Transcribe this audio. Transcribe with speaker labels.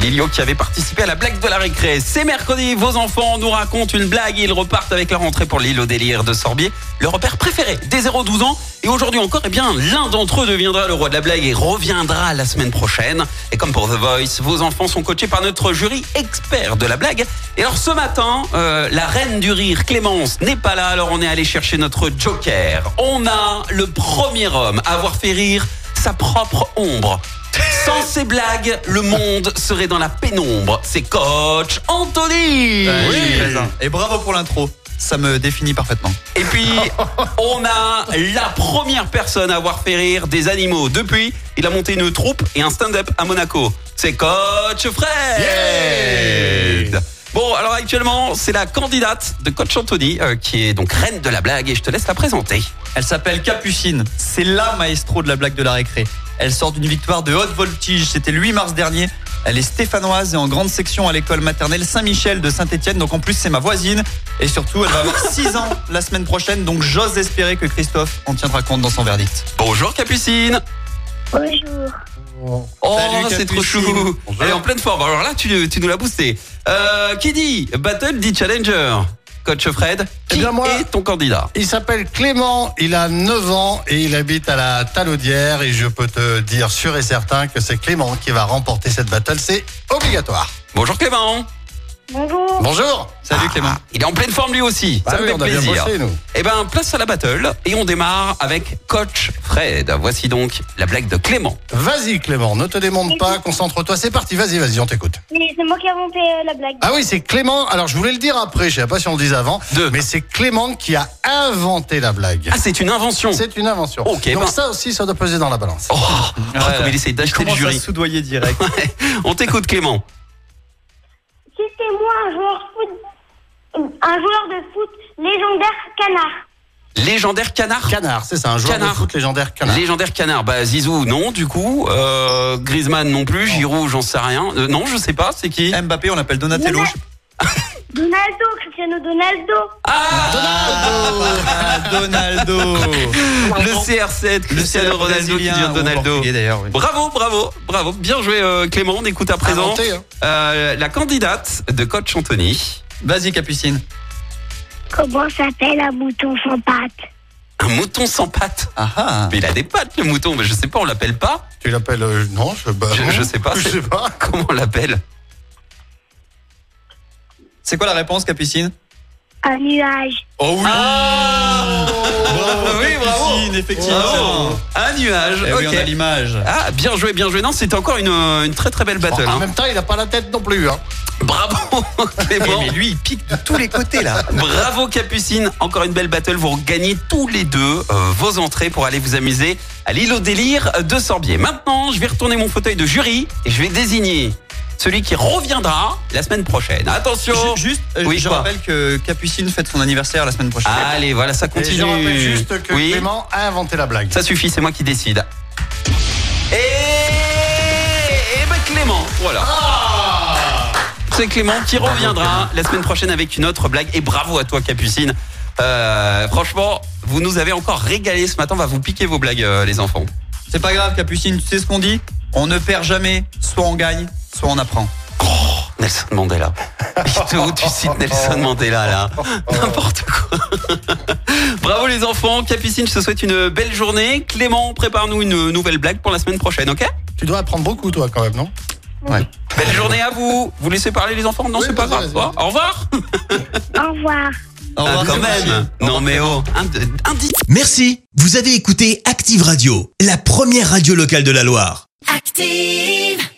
Speaker 1: Lilio qui avait participé à la blague de la récré. C'est mercredi, vos enfants nous racontent une blague et ils repartent avec leur entrée pour l'île au délire de Sorbier, le repère préféré des 0-12 ans. Et aujourd'hui encore, eh bien, l'un d'entre eux deviendra le roi de la blague et reviendra la semaine prochaine. Et comme pour The Voice, vos enfants sont coachés par notre jury expert de la blague. Et alors ce matin, euh, la reine du rire, Clémence, n'est pas là, alors on est allé chercher notre joker. On a le premier homme à avoir fait rire sa propre ombre. Sans ces blagues, le monde serait dans la pénombre. C'est coach Anthony
Speaker 2: Ouais, je suis présent. Et bravo pour l'intro. Ça me définit parfaitement.
Speaker 1: Et puis, on a la première personne à avoir fait rire des animaux. Depuis, il a monté une troupe et un stand-up à Monaco. C'est coach Fred Bon, alors actuellement, c'est la candidate de coach Anthony, euh, qui est donc reine de la blague, et je te laisse la présenter.
Speaker 2: Elle s'appelle Capucine. C'est la maestro de la blague de la récré. Elle sort d'une victoire de haute voltige. C'était le 8 mars dernier. Elle est stéphanoise et en grande section à l'école maternelle Saint-Michel de Saint-Etienne. Donc en plus, c'est ma voisine. Et surtout, elle va avoir 6 ans la semaine prochaine. Donc j'ose espérer que Christophe en tiendra compte dans son verdict.
Speaker 1: Bonjour Capucine
Speaker 3: Bonjour.
Speaker 1: Oh,
Speaker 2: Salut,
Speaker 1: c'est trop
Speaker 2: Capucine.
Speaker 1: chou Elle est en pleine forme. Alors là, tu, tu nous l'as boosté. Euh, qui dit Battle dit Challenger. Coach Fred,
Speaker 4: Eh
Speaker 1: qui
Speaker 4: bien, moi-
Speaker 1: est ton candidat
Speaker 4: Il s'appelle Clément, il a 9 ans et il habite à la Talaudière et je peux te dire sûr et certain que c'est Clément qui va remporter cette battle, c'est obligatoire.
Speaker 1: Bonjour Clément
Speaker 3: Bonjour.
Speaker 4: Bonjour
Speaker 2: Salut Clément.
Speaker 1: Ah, Il est en pleine forme lui aussi.
Speaker 4: Bah
Speaker 1: Ça me
Speaker 4: oui,
Speaker 1: fait
Speaker 4: on a bien
Speaker 1: plaisir.
Speaker 4: bossé, nous.
Speaker 1: Eh ben, place à la battle et on démarre avec Coach Fred. Voici donc la blague de Clément.
Speaker 4: Vas-y Clément, ne te démonte pas, concentre-toi, c'est parti, vas-y, vas-y, on t'écoute.
Speaker 3: Mais c'est moi qui ai inventé euh, la blague.
Speaker 4: Ah oui, c'est Clément, alors je voulais le dire après, je sais pas si on le disait avant,
Speaker 1: Deux.
Speaker 4: mais c'est Clément qui a inventé la blague.
Speaker 1: Ah, c'est une invention.
Speaker 4: C'est une invention.
Speaker 1: Ok,
Speaker 4: Donc
Speaker 1: ben-
Speaker 4: ça aussi, ça doit peser dans la balance.
Speaker 1: Oh, ah,
Speaker 2: Ouais,
Speaker 1: comme il essaye d'acheter le
Speaker 2: Comment ça
Speaker 1: jury.
Speaker 2: soudoyer direct
Speaker 1: On t'écoute Clément.
Speaker 3: C'était moi un joueur de foot, un joueur de foot légendaire canard.
Speaker 1: Légendaire canard.
Speaker 4: Canard, c'est ça, un joueur
Speaker 1: Canard.
Speaker 4: de foot légendaire canard.
Speaker 1: Légendaire canard. Bah Zizou non du coup. Euh, Griezmann non plus. Giroud j'en sais rien. Euh, non je sais pas. C'est qui
Speaker 2: Mbappé, on l'appelle Donatello.
Speaker 3: Donaldo, Cristiano Donaldo.
Speaker 1: Ah
Speaker 2: Ah, Donaldo.
Speaker 1: le CR7. Cristiano Ronaldo qui devient Donaldo.
Speaker 2: Et d'ailleurs, oui.
Speaker 1: Bravo, bravo, bravo. Bien joué euh, Clément. On écoute à présent
Speaker 4: Inventé, hein.
Speaker 1: euh, la candidate de coach Anthony.
Speaker 2: Vas-y, Capucine.
Speaker 3: Comment s'appelle un mouton sans pattes
Speaker 1: Un mouton sans pattes.
Speaker 2: Ah ah.
Speaker 1: Mais il a des pattes, le mouton. Mais je sais pas, on l'appelle pas.
Speaker 4: Tu l'appelles... euh, non, je, bah,
Speaker 1: Je-
Speaker 4: non.
Speaker 1: je sais pas,
Speaker 4: Je
Speaker 1: c'est-
Speaker 4: sais pas.
Speaker 1: Comment on l'appelle
Speaker 2: C'est quoi la réponse, Capucine
Speaker 3: Un nuage.
Speaker 4: Oh oui
Speaker 1: Ah Oui, bravo.
Speaker 2: Capucine, effectivement.
Speaker 1: Bravo. Un nuage.
Speaker 2: Oh, Eh oui,
Speaker 1: ok.
Speaker 2: on a l'image.
Speaker 1: ah, bien joué, bien joué. Non, c'était encore une, euh, une très très belle
Speaker 4: Bon,
Speaker 1: battle.
Speaker 4: en
Speaker 1: hein.
Speaker 4: même temps, il n'a pas la tête non plus. Hein.
Speaker 1: Bravo, Clément.
Speaker 2: Eh, lui, il pique de tous les côtés, là.
Speaker 1: Bravo Capucine, encore une belle battle, vous gagnez tous les deux euh, vos entrées pour aller vous amuser à l'île au délire de Sorbier. Maintenant, je vais retourner mon fauteuil de jury et je vais désigner celui qui reviendra la semaine prochaine. Attention
Speaker 2: Juste, euh,
Speaker 1: Oui,
Speaker 2: je
Speaker 1: quoi
Speaker 2: rappelle que Capucine fête son anniversaire la semaine prochaine.
Speaker 1: Allez, voilà, ça
Speaker 4: Et
Speaker 1: continue.
Speaker 4: je rappelle juste que
Speaker 1: Oui.
Speaker 4: Clément a inventé la blague.
Speaker 1: Ça suffit, c'est moi qui décide. Et, et ben Clément, voilà. c'est Clément qui reviendra la semaine prochaine avec une autre blague. Et bravo à toi, Capucine. Euh, franchement, vous nous avez encore régalé ce matin. On va vous piquer vos blagues, euh, les enfants.
Speaker 2: C'est pas grave, Capucine, tu sais ce qu'on dit On ne perd jamais, soit on gagne, soit on apprend.
Speaker 1: Oh, Nelson Mandela. Putain, Où tu cites Nelson Mandela là N'importe quoi. Bravo les enfants. Capucine, je te souhaite une belle journée. Clément, prépare-nous une nouvelle blague pour la semaine prochaine, ok
Speaker 4: Tu dois apprendre beaucoup, toi, quand même, non
Speaker 1: Belle journée à vous. Vous laissez parler les enfants Non,
Speaker 4: Oui,
Speaker 1: c'est pas
Speaker 4: vas-y,
Speaker 1: grave. Au revoir.
Speaker 3: Au revoir.
Speaker 2: Au revoir,
Speaker 1: quand
Speaker 2: Capucine.
Speaker 1: même. Non mais oh, un, un petit
Speaker 5: Merci, vous avez écouté Active Radio, la première radio locale de la Loire.
Speaker 6: active.